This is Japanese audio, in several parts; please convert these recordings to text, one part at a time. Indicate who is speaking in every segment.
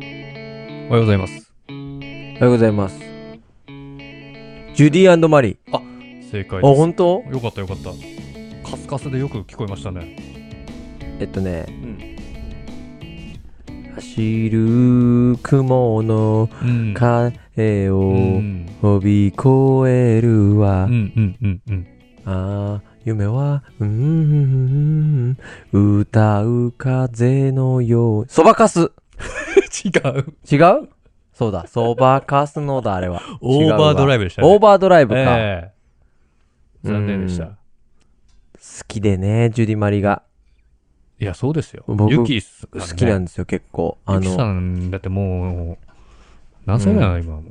Speaker 1: はようございます。
Speaker 2: おはようございます。ジュディマリー。
Speaker 1: 正解
Speaker 2: あ、
Speaker 1: です。
Speaker 2: 本当？
Speaker 1: よかったよかった。カスカスでよく聞こえましたね。
Speaker 2: えっとね、走る雲の
Speaker 1: うん。
Speaker 2: 影
Speaker 1: う
Speaker 2: を
Speaker 1: ん。
Speaker 2: 飛び越える
Speaker 1: う
Speaker 2: わ。
Speaker 1: んうんうんうん。
Speaker 2: ああ、夢は、うんうん、うん歌う風のよう。そばかす
Speaker 1: 違う。
Speaker 2: 違うそうだ、そばかすのだ、あれは。
Speaker 1: オーバードライブでしたね。
Speaker 2: オーバードライブか。
Speaker 1: ええ残念でし
Speaker 2: うん
Speaker 1: た。
Speaker 2: 好きでね、ジュディマリが。
Speaker 1: いや、そうですよ。
Speaker 2: 僕
Speaker 1: ユキさん
Speaker 2: 好
Speaker 1: ね
Speaker 2: きなんですよ、結構。あ
Speaker 1: ゆきさ
Speaker 2: の、
Speaker 1: んだってもう、何歳なの、今はも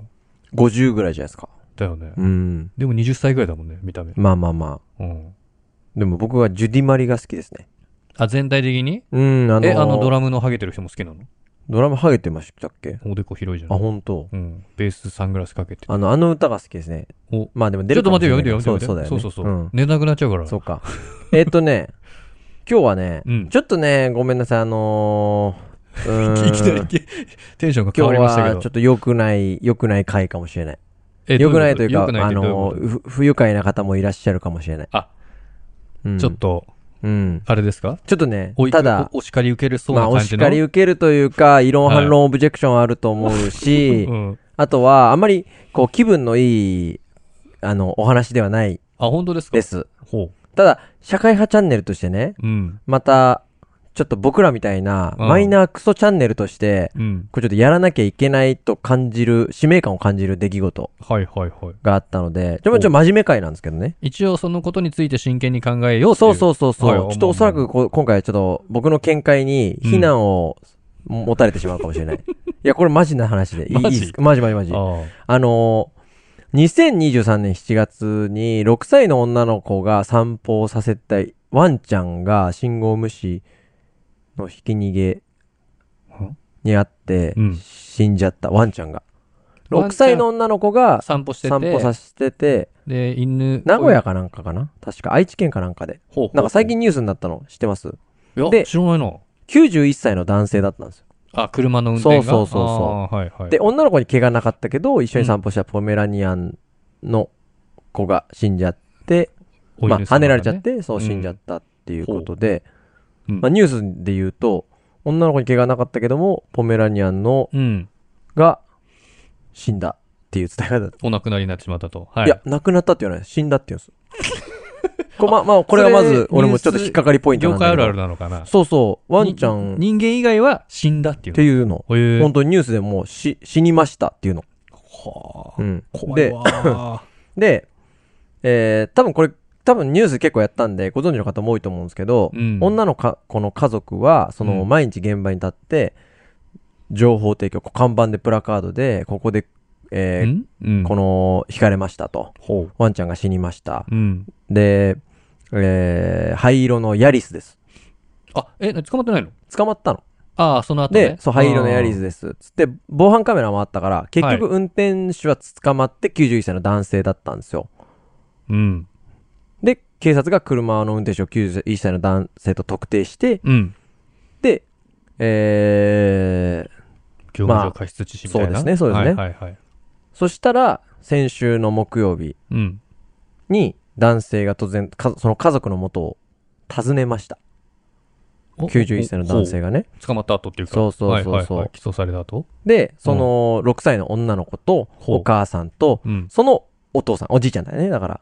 Speaker 1: う。
Speaker 2: 50ぐらいじゃないですか。
Speaker 1: だよね。
Speaker 2: うん。
Speaker 1: でも20歳ぐらいだもんね、見た目。
Speaker 2: まあまあまあ。
Speaker 1: うん。
Speaker 2: でも僕はジュディマリが好きですね。
Speaker 1: あ、全体的に
Speaker 2: うん、あのー
Speaker 1: え、あのドラムのハゲてる人も好きなの
Speaker 2: ドラムハゲてましたっけ
Speaker 1: おでこ広いじゃ
Speaker 2: あ、
Speaker 1: ん。
Speaker 2: ほんと。
Speaker 1: うん。ベースサングラスかけて。
Speaker 2: あの、あの歌が好きですね。
Speaker 1: お、
Speaker 2: まあでも出
Speaker 1: ちょっ
Speaker 2: る
Speaker 1: と
Speaker 2: かも
Speaker 1: 待
Speaker 2: し
Speaker 1: って
Speaker 2: れ
Speaker 1: よ、
Speaker 2: な
Speaker 1: や
Speaker 2: い
Speaker 1: めて
Speaker 2: け
Speaker 1: よ、
Speaker 2: ど
Speaker 1: やめてよ。
Speaker 2: そう
Speaker 1: そう
Speaker 2: そうだよね。
Speaker 1: そうそう、
Speaker 2: うん。
Speaker 1: 寝なくなっちゃうから。
Speaker 2: そうか。えっとね、今日はね
Speaker 1: う、ん。
Speaker 2: ちょっとね、ごめんなさい、あのー、うー ん
Speaker 1: いきなりけテンションが変わ
Speaker 2: 今日
Speaker 1: りましたけ
Speaker 2: は
Speaker 1: ど
Speaker 2: ちょ。っと良くない、良くない回かもしれない。
Speaker 1: え
Speaker 2: 良くないというか、
Speaker 1: ど
Speaker 2: あ
Speaker 1: どういうこ
Speaker 2: の
Speaker 1: と
Speaker 2: ー、ふ不愉快な方もいらっしゃるかもしれない。
Speaker 1: あ、
Speaker 2: うん
Speaker 1: ちょっ。と、
Speaker 2: うん。
Speaker 1: あれですか
Speaker 2: ちょっとね
Speaker 1: お、
Speaker 2: ただ、
Speaker 1: おお叱り受けるそう
Speaker 2: ま
Speaker 1: な
Speaker 2: あ、お
Speaker 1: 感じの。
Speaker 2: 叱り受けるというか、異論反論オブジェクションあると思うし、
Speaker 1: うん。
Speaker 2: あとは、あまり、こう、気分のいい、あの、お話ではない
Speaker 1: あ、本当ですか
Speaker 2: です。
Speaker 1: ほ
Speaker 2: ただ、社会派チャンネルとしてね、
Speaker 1: う。うん。
Speaker 2: また、ちょっと僕らみたいな、
Speaker 1: うん
Speaker 2: マイナークソチャンネルとして、
Speaker 1: うん。
Speaker 2: これちょっとやらなきゃいけないと感じる、使命感を感じる出来事
Speaker 1: はいはいはい。
Speaker 2: があったので、ちょ、ちょ、真面目会なんですけどね。
Speaker 1: 一応そのことについて真剣に考えようってい
Speaker 2: そうそうそうそう。
Speaker 1: はい
Speaker 2: ちょっとおそらくこう今回ちょっと僕の見解に非難を持たれてしまうかも しれない。いや、これマジな話で。いい
Speaker 1: マジ
Speaker 2: いいですかマジマジマジ。あ
Speaker 1: あ
Speaker 2: のー、2023年7月に6歳の女の子が散歩をさせたいワンちゃんが信号無視のひき逃げ
Speaker 1: ん
Speaker 2: にあって
Speaker 1: うん
Speaker 2: 死んじゃった、ワンちゃんが。
Speaker 1: ワンちゃん
Speaker 2: 6歳の女の子
Speaker 1: あ。
Speaker 2: が
Speaker 1: 散歩してて。
Speaker 2: 散歩させてて、
Speaker 1: で、犬。
Speaker 2: 名古屋かなんかかな確か愛知県かなんかで。
Speaker 1: ほうほうほう
Speaker 2: なんか最近ニュースになったの知ってます
Speaker 1: いや
Speaker 2: で
Speaker 1: 知らないな。
Speaker 2: 91歳の男性だったんですよ。
Speaker 1: あ、車の運転が。
Speaker 2: そうそうそうそう
Speaker 1: あーはいはい。
Speaker 2: で、女の子に怪我なかったけど、一緒に散歩したポメラニアンの子が死んじゃって、
Speaker 1: お
Speaker 2: まあ、
Speaker 1: 犬様がね
Speaker 2: 跳ねられちゃっ。て、そううん死んじゃったっていうことで、
Speaker 1: ほううん
Speaker 2: まあ、ニュースで言うと、女の子に怪我なかったけども、ポメラニアンの
Speaker 1: うん。
Speaker 2: が死んだっていう伝え方だった。
Speaker 1: お亡くなりになってしまったと。はい
Speaker 2: い、や、亡くなったって言わない。死んだって言うんですよ。これまあ、まあ、これはまず、俺もちょっと引っかかりポイントな
Speaker 1: 業
Speaker 2: んだ
Speaker 1: 界あ
Speaker 2: け
Speaker 1: る
Speaker 2: ど
Speaker 1: あるなのかな。
Speaker 2: そうそう、ワンちゃんっ
Speaker 1: に人間以外は死んだっていうの。
Speaker 2: ていうの。
Speaker 1: へー
Speaker 2: 本当にニュースでもう死死にましたっていうの。
Speaker 1: は
Speaker 2: う
Speaker 1: あ
Speaker 2: ん、
Speaker 1: 怖いわ。
Speaker 2: で、えー、多分これ、多分ニュース結構やったんで、ご存知の方も多いと思うんですけど、
Speaker 1: うん
Speaker 2: 女のか子の家族は、その、
Speaker 1: うん
Speaker 2: 毎日現場に立って、情報提供、こう看板でプラカードで、ここで、え
Speaker 1: う
Speaker 2: ー
Speaker 1: んうん。
Speaker 2: この、惹かれましたと。
Speaker 1: ほう。
Speaker 2: ワンちゃんが死にました。
Speaker 1: うん。
Speaker 2: で、えー、灰色のヤリスです。
Speaker 1: あ、え、な捕まってないの
Speaker 2: 捕まったの。
Speaker 1: ああ、その後ね。
Speaker 2: で、そう、灰色のヤリス
Speaker 1: で。
Speaker 2: です。つって、防犯カメラもあったから、結局
Speaker 1: は
Speaker 2: 運転手は捕まって91歳の男性だったんですよ。
Speaker 1: うん。
Speaker 2: で、警察が車の運転手を91歳の男性と特定して、
Speaker 1: うん。
Speaker 2: で、えー、
Speaker 1: 業務上過失致死みたいな。
Speaker 2: まあそうですねそうですね
Speaker 1: はいはいはい。
Speaker 2: そしたら、先週の木曜日
Speaker 1: うん。
Speaker 2: に男性が突然、かその家族の元を訪ねました。
Speaker 1: お
Speaker 2: 91歳の男性。がね。
Speaker 1: おお捕まった後っていうか。
Speaker 2: そうそうそうそう
Speaker 1: はいはいはい起訴された後
Speaker 2: で、その6歳の女の子と、
Speaker 1: ほう
Speaker 2: お母さんと、
Speaker 1: うん。
Speaker 2: そのお父さん、おじいちゃんだよね、だから、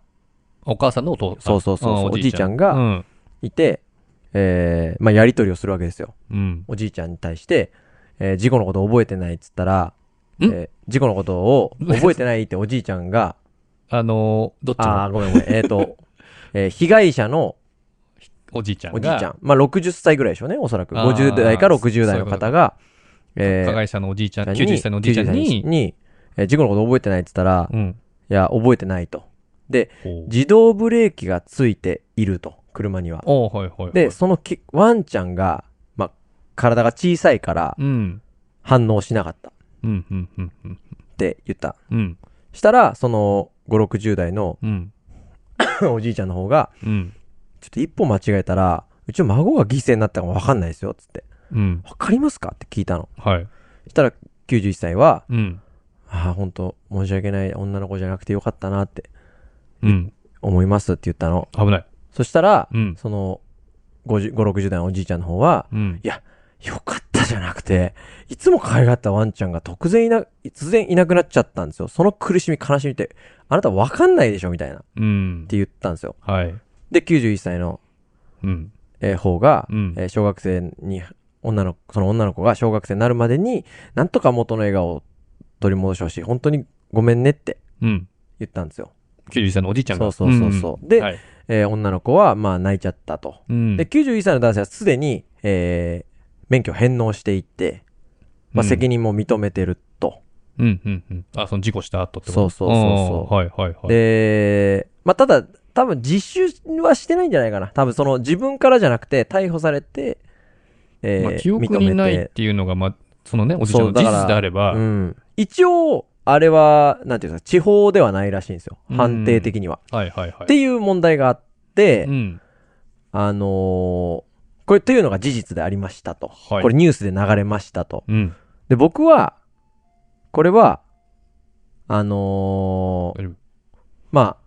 Speaker 1: お母さんのお父さん。
Speaker 2: そうそうそう
Speaker 1: あ
Speaker 2: そう
Speaker 1: ー
Speaker 2: おじいちゃんが
Speaker 1: うん。
Speaker 2: いて、えー、まあ、やりとりをするわけですよ。
Speaker 1: うん。
Speaker 2: おじいちゃんに対して、えー事故のこと覚えてないっつったら、え
Speaker 1: ん
Speaker 2: ー事故のこと を覚えてないっておじいちゃんが、
Speaker 1: あのー、どっち
Speaker 2: あ
Speaker 1: の
Speaker 2: あ、ごめんごめん。えっ、 と、えー被害者の
Speaker 1: おじいちゃん
Speaker 2: お
Speaker 1: が。
Speaker 2: じいちゃん。まあ、60歳ぐらいでしょうね、おそらく。
Speaker 1: あー
Speaker 2: 50代か60代の方が、え
Speaker 1: 加
Speaker 2: ー
Speaker 1: 害者のおじいちゃん、
Speaker 2: に
Speaker 1: 91歳のおじいちゃん
Speaker 2: 91歳
Speaker 1: に、
Speaker 2: にえー事故のこと覚えてないって言ったら、い
Speaker 1: うん。
Speaker 2: や、覚えてないと。で、
Speaker 1: ほう
Speaker 2: 自動ブレーキがついていると、車には。
Speaker 1: おうはいはいはい。
Speaker 2: で、そのきワンちゃんが、まあ、体が小さいから
Speaker 1: うん。
Speaker 2: 反応しなかったっ
Speaker 1: うん、うん、うん、うん。
Speaker 2: て言った。
Speaker 1: うん、
Speaker 2: したら、その、5、60代の
Speaker 1: うん、
Speaker 2: おじいちゃんの方が、
Speaker 1: うん、
Speaker 2: ちょっと一歩間違えたら、うちの孫が犠牲になったかもわかんないですよ、つって。
Speaker 1: うん。
Speaker 2: わかりますかって聞いたの。
Speaker 1: はい。
Speaker 2: そしたら、 91歳は、
Speaker 1: うん。
Speaker 2: ああ、本当申し訳ない女の子じゃなくてよかったなって
Speaker 1: うん。
Speaker 2: 思いますって言ったの。
Speaker 1: 危ない。
Speaker 2: そしたら、
Speaker 1: うん。
Speaker 2: その、50、60代のおじいちゃんの方は、
Speaker 1: うん。
Speaker 2: よかったじゃなくて、いつも可愛がったワンちゃんが突然いな、突然いなくなっちゃったんですよ。その苦しみ、悲しみって、あなたわかんないでしょみたいな。っ
Speaker 1: うん。
Speaker 2: て言ったんですよ。
Speaker 1: はい。
Speaker 2: で、91歳の、
Speaker 1: うん。
Speaker 2: えー方が、
Speaker 1: うん
Speaker 2: えー小学生に、女の子、その女の子が小学生になるまでに、なんとか元の笑顔を取り戻してほしい。本当にごめんねって
Speaker 1: うん。
Speaker 2: 言ったんですよ。
Speaker 1: 91歳のおじいちゃんが。
Speaker 2: そうそうそうそうで
Speaker 1: はい
Speaker 2: えー女の子は、まあ泣いちゃったと。
Speaker 1: うん。
Speaker 2: で、91歳の男性はすでに、えー免許を返納していって、まあ
Speaker 1: うん
Speaker 2: 責任も認めてると。
Speaker 1: うんうんうん。あ、その事故した後ってこと
Speaker 2: そうそうそうそ
Speaker 1: あー
Speaker 2: う
Speaker 1: はいはいはい。、
Speaker 2: で、まあ、ただ、多分実習はしてないんじゃないかな。多分その自分からじゃなくて、逮捕されて、えー
Speaker 1: まあ、記憶にないっていうのが、まあ、そのね、おじいちゃんの事
Speaker 2: そうだ
Speaker 1: 実
Speaker 2: から
Speaker 1: であれば、
Speaker 2: うん。一応、あれは、なんていうんですか、地方ではないらしいんですよ。
Speaker 1: うん
Speaker 2: 判定的には。
Speaker 1: はいはいはい。
Speaker 2: っていう問題があって、
Speaker 1: うん。
Speaker 2: あのーこれというのが事実でありましたと。
Speaker 1: はい
Speaker 2: これニュースで流れましたと。
Speaker 1: うん。
Speaker 2: で、僕は、これは、あのー
Speaker 1: 大丈夫
Speaker 2: まあ、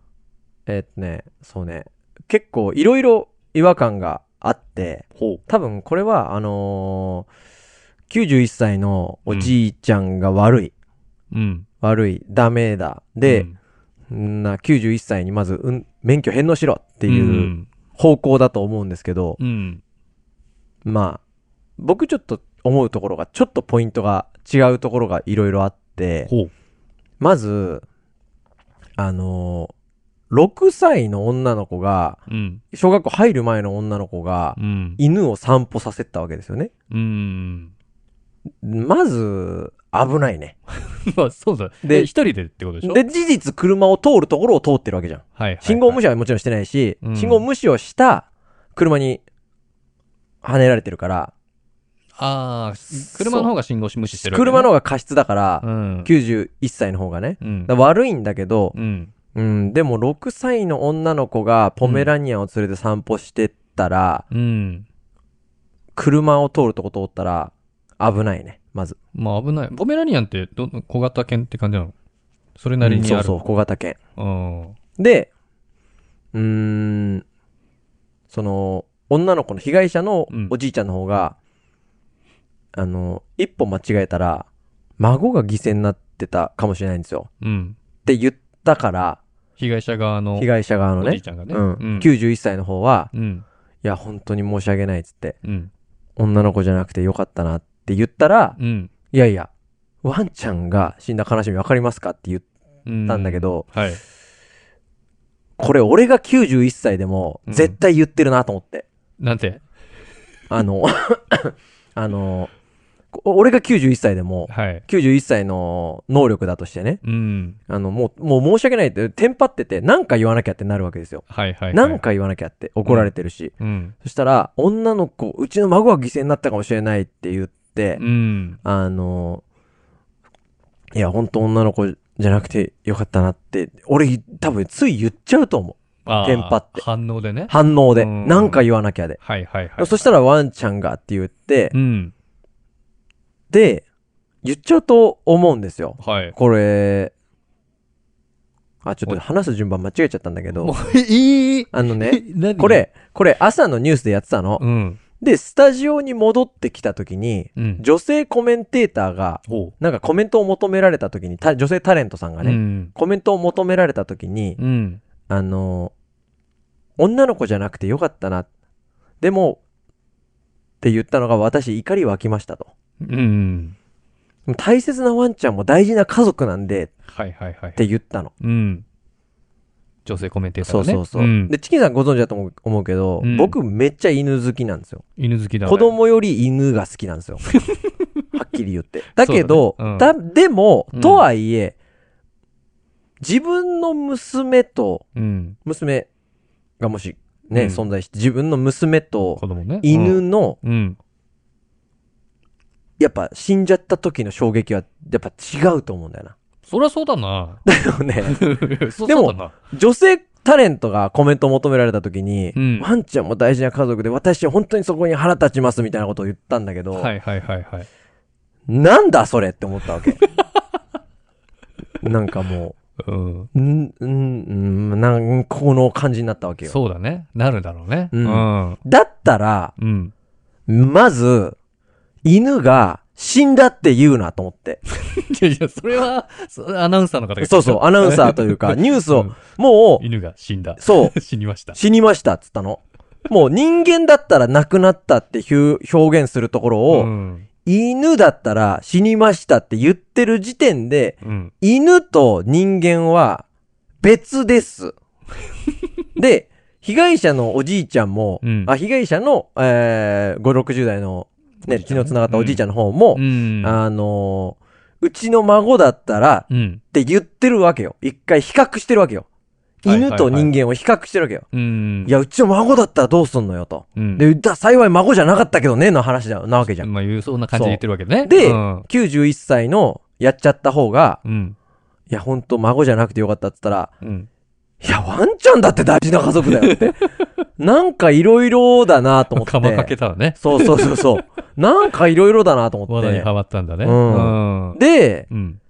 Speaker 2: えーっとね、そうね、結構いろいろ違和感があって、
Speaker 1: ほう。
Speaker 2: 多分これは、あのー91歳のおじいちゃんが悪い、
Speaker 1: うん。
Speaker 2: 悪い、ダメだ。で、んな、91歳にまず、うん、免許返納しろって
Speaker 1: て
Speaker 2: いうう方向だと思うんですけど、
Speaker 1: うん。
Speaker 2: まあ、僕ちょっと思うところが、ちょっとポイントが違うところがいろいろあって、
Speaker 1: ほう。
Speaker 2: まず、あのー6歳の女の子が、
Speaker 1: うん。
Speaker 2: 小学校入る前の女の子が、
Speaker 1: うん。
Speaker 2: 犬を散歩させたわけですよね。
Speaker 1: うん。
Speaker 2: まず、危ないね。
Speaker 1: まあ、そうだ。
Speaker 2: で
Speaker 1: で、一人でってことでしょ
Speaker 2: で、事実車を通るところを通ってるわけじゃん。
Speaker 1: はいはいはい。
Speaker 2: 信号無視はもちろんしてないし、
Speaker 1: うん
Speaker 2: 信号無視をした車に跳ねられてるから、
Speaker 1: ああ、車の方が信号無視してるわけね。
Speaker 2: 車の方が過失だから、
Speaker 1: うん。
Speaker 2: 91歳の方がね。
Speaker 1: うん
Speaker 2: だ。から悪いんだけど、
Speaker 1: うん。
Speaker 2: うん、でも6歳の女の子がポメラニアンを連れて散歩してったら、
Speaker 1: うん。
Speaker 2: 車を通るとこ通ったら危ないね、まず。
Speaker 1: まあ危ない。ポメラニアンってど、小型犬って感じなのそれなり
Speaker 2: うん
Speaker 1: に
Speaker 2: そ
Speaker 1: あ
Speaker 2: う
Speaker 1: る。
Speaker 2: そう、小型犬。
Speaker 1: うん。
Speaker 2: で、うーん、その、女の子の被害者の
Speaker 1: うん
Speaker 2: おじいちゃんの方が、あの、一歩間違えたら、孫が犠牲になってたかもしれないんですよ。
Speaker 1: うん。
Speaker 2: って言ったから、
Speaker 1: 被害者側の
Speaker 2: 被害者側
Speaker 1: お
Speaker 2: の
Speaker 1: じい
Speaker 2: ね、
Speaker 1: ちゃんがね。
Speaker 2: うん、91歳の方は、
Speaker 1: うん。
Speaker 2: いや、本当に申し訳ないっつって、
Speaker 1: うん。
Speaker 2: 女の子じゃなくてよかったなって言ったら、
Speaker 1: うん。
Speaker 2: いやいや、ワンちゃんが死んだ悲しみわかりますかって言っ
Speaker 1: うん。
Speaker 2: たんだけど、
Speaker 1: はい。
Speaker 2: これ俺が91歳でも
Speaker 1: うん
Speaker 2: 絶対言ってるなと思って。
Speaker 1: なんて。
Speaker 2: あの、 あの、こ俺が91歳でも、
Speaker 1: はい。
Speaker 2: 91歳の能力だとしてね、
Speaker 1: うん。
Speaker 2: あの、もう、もう申し訳ないって、テンパってて、なんか言わなきゃってなるわけですよ。
Speaker 1: はいはいはい。
Speaker 2: なんか言わなきゃって怒られてるし。
Speaker 1: うん。
Speaker 2: そしたら、女の子、うちの孫が犠牲になったかもしれないって言って、
Speaker 1: うん。
Speaker 2: あの、いや、ほんと女の子じゃなくてよかったなって、俺、多分つい言っちゃうと思う。
Speaker 1: あー
Speaker 2: テンパって
Speaker 1: 反応でね。
Speaker 2: 反応で。
Speaker 1: うん
Speaker 2: なんか言わなきゃで。
Speaker 1: はいはいはい。
Speaker 2: そしたらワンちゃんがって言って、
Speaker 1: うん。
Speaker 2: で、言っちゃうと思うんですよ。
Speaker 1: はい。
Speaker 2: これ、あ、ちょっと話す順番間違えちゃったんだけど、
Speaker 1: う、いい
Speaker 2: あ のね、
Speaker 1: 何
Speaker 2: こ。れ、これ朝のニュースでやってたの。
Speaker 1: うん。
Speaker 2: で、スタジオに戻ってきた時に、
Speaker 1: うん。
Speaker 2: 女性コメンテーターが、
Speaker 1: ほ
Speaker 2: なんかコメントを求められた時に、た女性タレントさんが
Speaker 1: う。
Speaker 2: ね、
Speaker 1: うん。
Speaker 2: コメントを求められた時に、
Speaker 1: うん。
Speaker 2: あの、女の子じゃなくてよかったな。でも、って言ったのが私怒り湧きましたと。
Speaker 1: うん。
Speaker 2: でも大切なワンちゃんも大事な家族なんで、
Speaker 1: はいはいはい
Speaker 2: っ。て言ったの。
Speaker 1: うん。女性コメンテーター
Speaker 2: そ
Speaker 1: が
Speaker 2: う
Speaker 1: ね。
Speaker 2: そうそう。
Speaker 1: ん
Speaker 2: で、チキンさんご存知だと思う思うけど、
Speaker 1: うん
Speaker 2: 僕めっちゃ犬好きなんですよ。
Speaker 1: 犬好きだね。
Speaker 2: 子供より犬が好きなん ですよ。はっきり言って。だけど、
Speaker 1: そう
Speaker 2: だ
Speaker 1: だ
Speaker 2: でも
Speaker 1: う、ん
Speaker 2: とはいえ、自分の娘と、
Speaker 1: うん。
Speaker 2: 娘がもしね、
Speaker 1: うん
Speaker 2: 存在して、自分の娘と
Speaker 1: 子供ね。
Speaker 2: 犬の、
Speaker 1: うん。
Speaker 2: やっぱ死んじゃった時の衝撃は、やっぱ違うと思うんだよな。
Speaker 1: そりゃそうだな。
Speaker 2: でもね、
Speaker 1: そうだな。
Speaker 2: 女性タレントがコメントを求められた時に、
Speaker 1: うん
Speaker 2: ワンちゃんも大事な家族で私は本当にそこに腹立ちますみたいなことを言ったんだけど、
Speaker 1: はいはいはいはい。
Speaker 2: なんだそれって思ったわけ。なんかも
Speaker 1: うん。
Speaker 2: う、ん、ん、ん、なん、この感じになったわけよ。
Speaker 1: そうだね。なるだろうね。
Speaker 2: う
Speaker 1: うんん。
Speaker 2: だったら、
Speaker 1: うん。
Speaker 2: まず、犬が死んだって言うなと思って。
Speaker 1: いやいや、それは、そアナウンサーの方が言った
Speaker 2: そうそう、アナウンサーというか、ニュース
Speaker 1: う
Speaker 2: を
Speaker 1: ん、
Speaker 2: も う、
Speaker 1: 犬が死んだ。
Speaker 2: そう、
Speaker 1: 死にました。
Speaker 2: 死にましたっつったの。もう人間だったら亡くなったってひゅ表現するところを、
Speaker 1: うん。
Speaker 2: 犬だったら死にましたって言ってる時点で、
Speaker 1: うん。
Speaker 2: 犬と人間は 別です。で、被害者のおじいちゃんも、
Speaker 1: うん
Speaker 2: あ被害者の、えー、5、60代の、ね、
Speaker 1: おじいち
Speaker 2: 血
Speaker 1: ゃんね
Speaker 2: の繋がったおじいちゃんの方も、
Speaker 1: うん。
Speaker 2: あのーうちの孫だったら
Speaker 1: うん。
Speaker 2: って言ってるわけよ。一回比較してるわけよ。
Speaker 1: はいはい
Speaker 2: 犬
Speaker 1: はい
Speaker 2: と人間を比較してるわけよ。
Speaker 1: うん。
Speaker 2: いや、うちの孫だったらどうすんのよと。
Speaker 1: うん、
Speaker 2: で、だ幸い孫じゃなかったけどね、の話だなわけじゃん。
Speaker 1: まあ、言う、そんな感じで言ってるわけね。
Speaker 2: で、
Speaker 1: うん。
Speaker 2: 91歳のやっちゃった方が、
Speaker 1: うん。
Speaker 2: いや、ほんと孫じゃなくてよかったって言ったら、
Speaker 1: うん。
Speaker 2: いや、ワンちゃんだって大事な家族だ よって。なんかいろいろだなと思って。
Speaker 1: かまかけたらね。
Speaker 2: そうそうそうそう。なんかいろいろだなと思っ
Speaker 1: 罠に
Speaker 2: て
Speaker 1: は。まったんだね。
Speaker 2: うん
Speaker 1: うん。
Speaker 2: で、
Speaker 1: うん。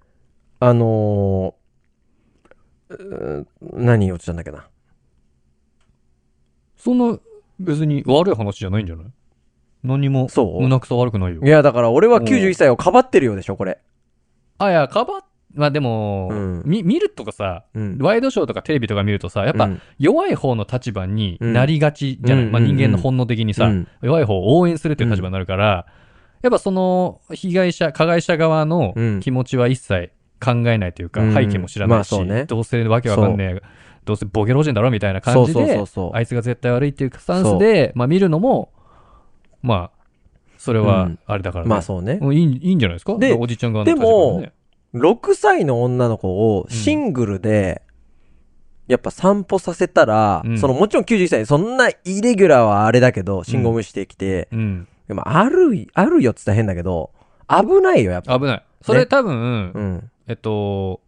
Speaker 2: あのーうー何言おうとしたんだっけな。
Speaker 1: そんな、別に悪い話じゃないんじゃない何も、
Speaker 2: そう
Speaker 1: 胸くそ悪くないよ
Speaker 2: い。や、だから俺は91歳をかばってるようでしょ、これ。
Speaker 1: あ、いや、かば、まあでも、
Speaker 2: うん
Speaker 1: み、見るとかさ、
Speaker 2: うん。
Speaker 1: ワイドショーとかテレビとか見るとさ、やっ
Speaker 2: う
Speaker 1: ぱ
Speaker 2: ん
Speaker 1: 弱い方の立場になりがちじゃない、
Speaker 2: うん
Speaker 1: まあ、
Speaker 2: うん
Speaker 1: 人間の本能的にさ、
Speaker 2: うん
Speaker 1: 弱い方を応援するっていう立場になるから、やっぱその被害者、加害者側の
Speaker 2: うん
Speaker 1: 気持ちは一切考えないというか、
Speaker 2: うん
Speaker 1: 背景も知らないし、
Speaker 2: まあそうね
Speaker 1: どうせわけわかんねえ、どうせボケ老人だろみたいな感じで、
Speaker 2: そうそうそうそう
Speaker 1: あいつが絶対悪いっていうスタンスで、まあ見るのも、まあ、それ
Speaker 2: う
Speaker 1: は
Speaker 2: ん
Speaker 1: あれだからね、
Speaker 2: まあそうね。
Speaker 1: うんいいいいんじゃないですかだ
Speaker 2: で
Speaker 1: からおじちゃん側の立場はね。
Speaker 2: 6歳の女の子をシングルで、やっぱ散歩ささせたら、
Speaker 1: うん
Speaker 2: そのもちろん91歳、そんなイレギュラーはあれだけど、信号無視してきて、
Speaker 1: うん。
Speaker 2: でもある、あるよって言ったら変だけど、危ないよ、やっぱ。
Speaker 1: 危ない。それ多分、
Speaker 2: うん。
Speaker 1: えっと、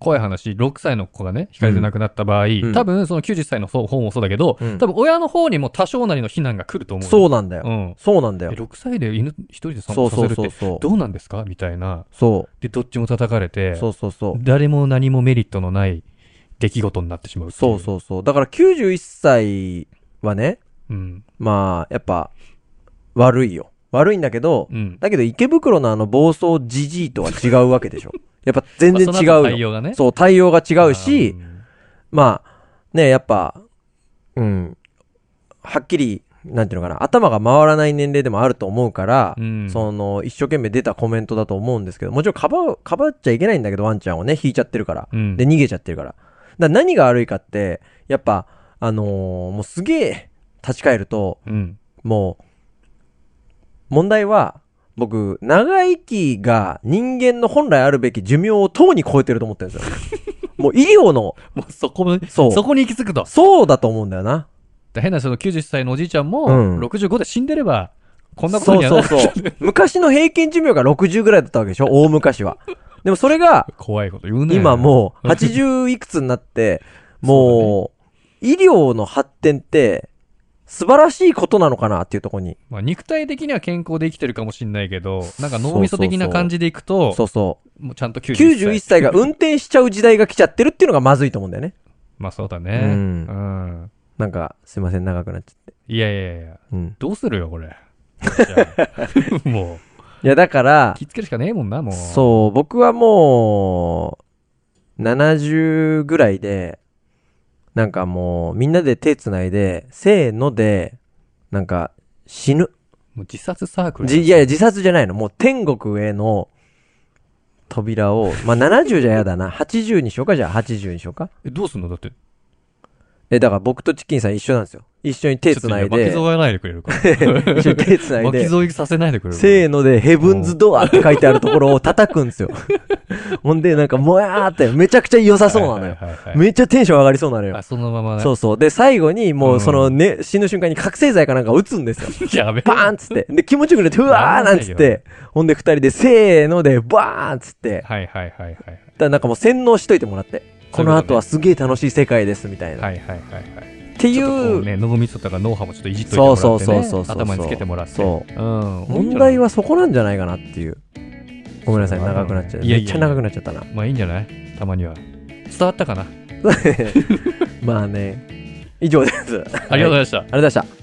Speaker 1: 怖い話、6歳の子がね、ひかれて亡くなった場合、
Speaker 2: ん
Speaker 1: 多分その90歳の方方もそうだけど、
Speaker 2: うん
Speaker 1: 多分親の方にも多少なりの非難が来ると思う。
Speaker 2: そうなんだよ。
Speaker 1: うん。
Speaker 2: そうなんだ
Speaker 1: え
Speaker 2: よ。
Speaker 1: 6歳で犬一人で散
Speaker 2: そ
Speaker 1: 歩さ
Speaker 2: う
Speaker 1: せ
Speaker 2: そ
Speaker 1: るっ
Speaker 2: う
Speaker 1: て
Speaker 2: そうそう。
Speaker 1: どうなんですかみたいな。
Speaker 2: そ
Speaker 1: で、どっちも叩かれ
Speaker 2: う。
Speaker 1: て、
Speaker 2: そうそうそう。
Speaker 1: 誰も何もメリットのない出来事になってしまうってい
Speaker 2: そうそうそう。だから91歳はね、
Speaker 1: う。うん。
Speaker 2: まあ、やっぱ、悪いよ。悪いんだけど、
Speaker 1: うん。
Speaker 2: だけど池袋のあの暴走じじいとは違うわけ でしょ。やっぱ全然
Speaker 1: まあ
Speaker 2: 違う
Speaker 1: その後
Speaker 2: よ。
Speaker 1: 対応がね。
Speaker 2: そう、対応が違う
Speaker 1: あ
Speaker 2: し、
Speaker 1: ー、うん
Speaker 2: まあ、ね、やっぱ、うん、はっきり、なんていうのかな、頭が回らない年齢でもあると思うから、
Speaker 1: うん
Speaker 2: その、一生懸命出たコメントだと思うんですけど、もちろんかばう、かばっちゃいけないんだけど、ワンちゃんをね、引いちゃってるから。
Speaker 1: うん
Speaker 2: で、逃げちゃってるから。だから何が悪いかって、やっぱ、あのーもうすげえ、立ち返ると、
Speaker 1: うん。
Speaker 2: もう、問題は、僕、長生きが人間の本来あるべき寿命をとうに超えてると思ってるんですよ。 もう医療の、
Speaker 1: もうそこも、
Speaker 2: そう
Speaker 1: そこに行き着くと。
Speaker 2: そうだと思うんだよな。
Speaker 1: で変なその90歳のおじいちゃん
Speaker 2: う
Speaker 1: も、
Speaker 2: ん
Speaker 1: 65で死んでれば、こんなこと
Speaker 2: そう
Speaker 1: には
Speaker 2: そ
Speaker 1: な
Speaker 2: うそう。昔の平均寿命が60ぐらいだったわけでしょ大昔は。でもそれが、
Speaker 1: 怖いこと言うね。
Speaker 2: 今もう80いくつにな って、もう、医療の発展って、素晴らしいことなのかなっていうところに。
Speaker 1: まあ、肉体的には健康で生きてるかもしれないけど、なんか
Speaker 2: そうそう
Speaker 1: 脳みそ的な感じでいくと、
Speaker 2: そうそ
Speaker 1: もうちゃんと
Speaker 2: う。
Speaker 1: 91歳。
Speaker 2: 91歳が運転しちゃう時代が来ちゃってるっていうのがまずいと思うんだよね。
Speaker 1: まあそうだね。う
Speaker 2: う
Speaker 1: んん。
Speaker 2: なんか、すいません、長くなっちゃって。
Speaker 1: いやいやいや、
Speaker 2: うん。
Speaker 1: どうするよ、 これ。じゃあも
Speaker 2: いや、だか
Speaker 1: う、
Speaker 2: ら、
Speaker 1: 気つけるしかねえもんな、もう。
Speaker 2: そう、僕はもう、70ぐらいで、なんかもう、みんなで手つないで、せーので、なんか、死ぬ。
Speaker 1: もう自殺サークル。
Speaker 2: じいやいや、自殺じゃないの。もう天国への扉を、まあ、70じゃやだな。80にしようか、じゃあ80にしようか。
Speaker 1: えどうすんのだって。
Speaker 2: え、だから僕とチキンさん一緒なんですよ。一緒に手つないで
Speaker 1: ち、ょっと今巻き添えないでくれるから。
Speaker 2: 一緒に手つな い
Speaker 1: 巻き
Speaker 2: で、
Speaker 1: 添えさせないでくれるから
Speaker 2: せーので、ヘブンズドアって書いてあるところを叩くん ですよ。ほんで、なんか、もやーって、めちゃくちゃ良さそうなのよ。
Speaker 1: はいはいはいはい
Speaker 2: めっちゃテンション上がりそうなのよ
Speaker 1: あ、。そのままね。
Speaker 2: そうそう。で、最後に、もう、
Speaker 1: うん
Speaker 2: そのね、死ぬ瞬間に覚醒剤かなんか打つんですよ。
Speaker 1: やべえ。
Speaker 2: バーンっつって。で、気持ちよくなって、うわーなんつって。ほんで、二人で、せーので、バーンっつって。
Speaker 1: はいはいはいはい。
Speaker 2: だからなんかもう洗脳しといてもらって。
Speaker 1: そ
Speaker 2: こ
Speaker 1: ういうことね
Speaker 2: の後はすげえ楽しい世界です、みたいな。
Speaker 1: はいはいはいはい。
Speaker 2: ってい
Speaker 1: ちょっとこ
Speaker 2: う、
Speaker 1: ね、脳みそとか脳波もちょっといじっといてもらって、ね、
Speaker 2: そうそうそうそうそう
Speaker 1: 頭につけてもらって、
Speaker 2: そう
Speaker 1: ん、
Speaker 2: 問題
Speaker 1: は
Speaker 2: はそこなんじゃないかなっていう。ごめんなさい、長くなっちゃう。
Speaker 1: いやいやいや
Speaker 2: めっちゃ長くなっちゃったな。
Speaker 1: まあいいんじゃないたまには。伝わったかな
Speaker 2: まあね、以上です。ありがとう
Speaker 1: ありがとうございました。
Speaker 2: ございました。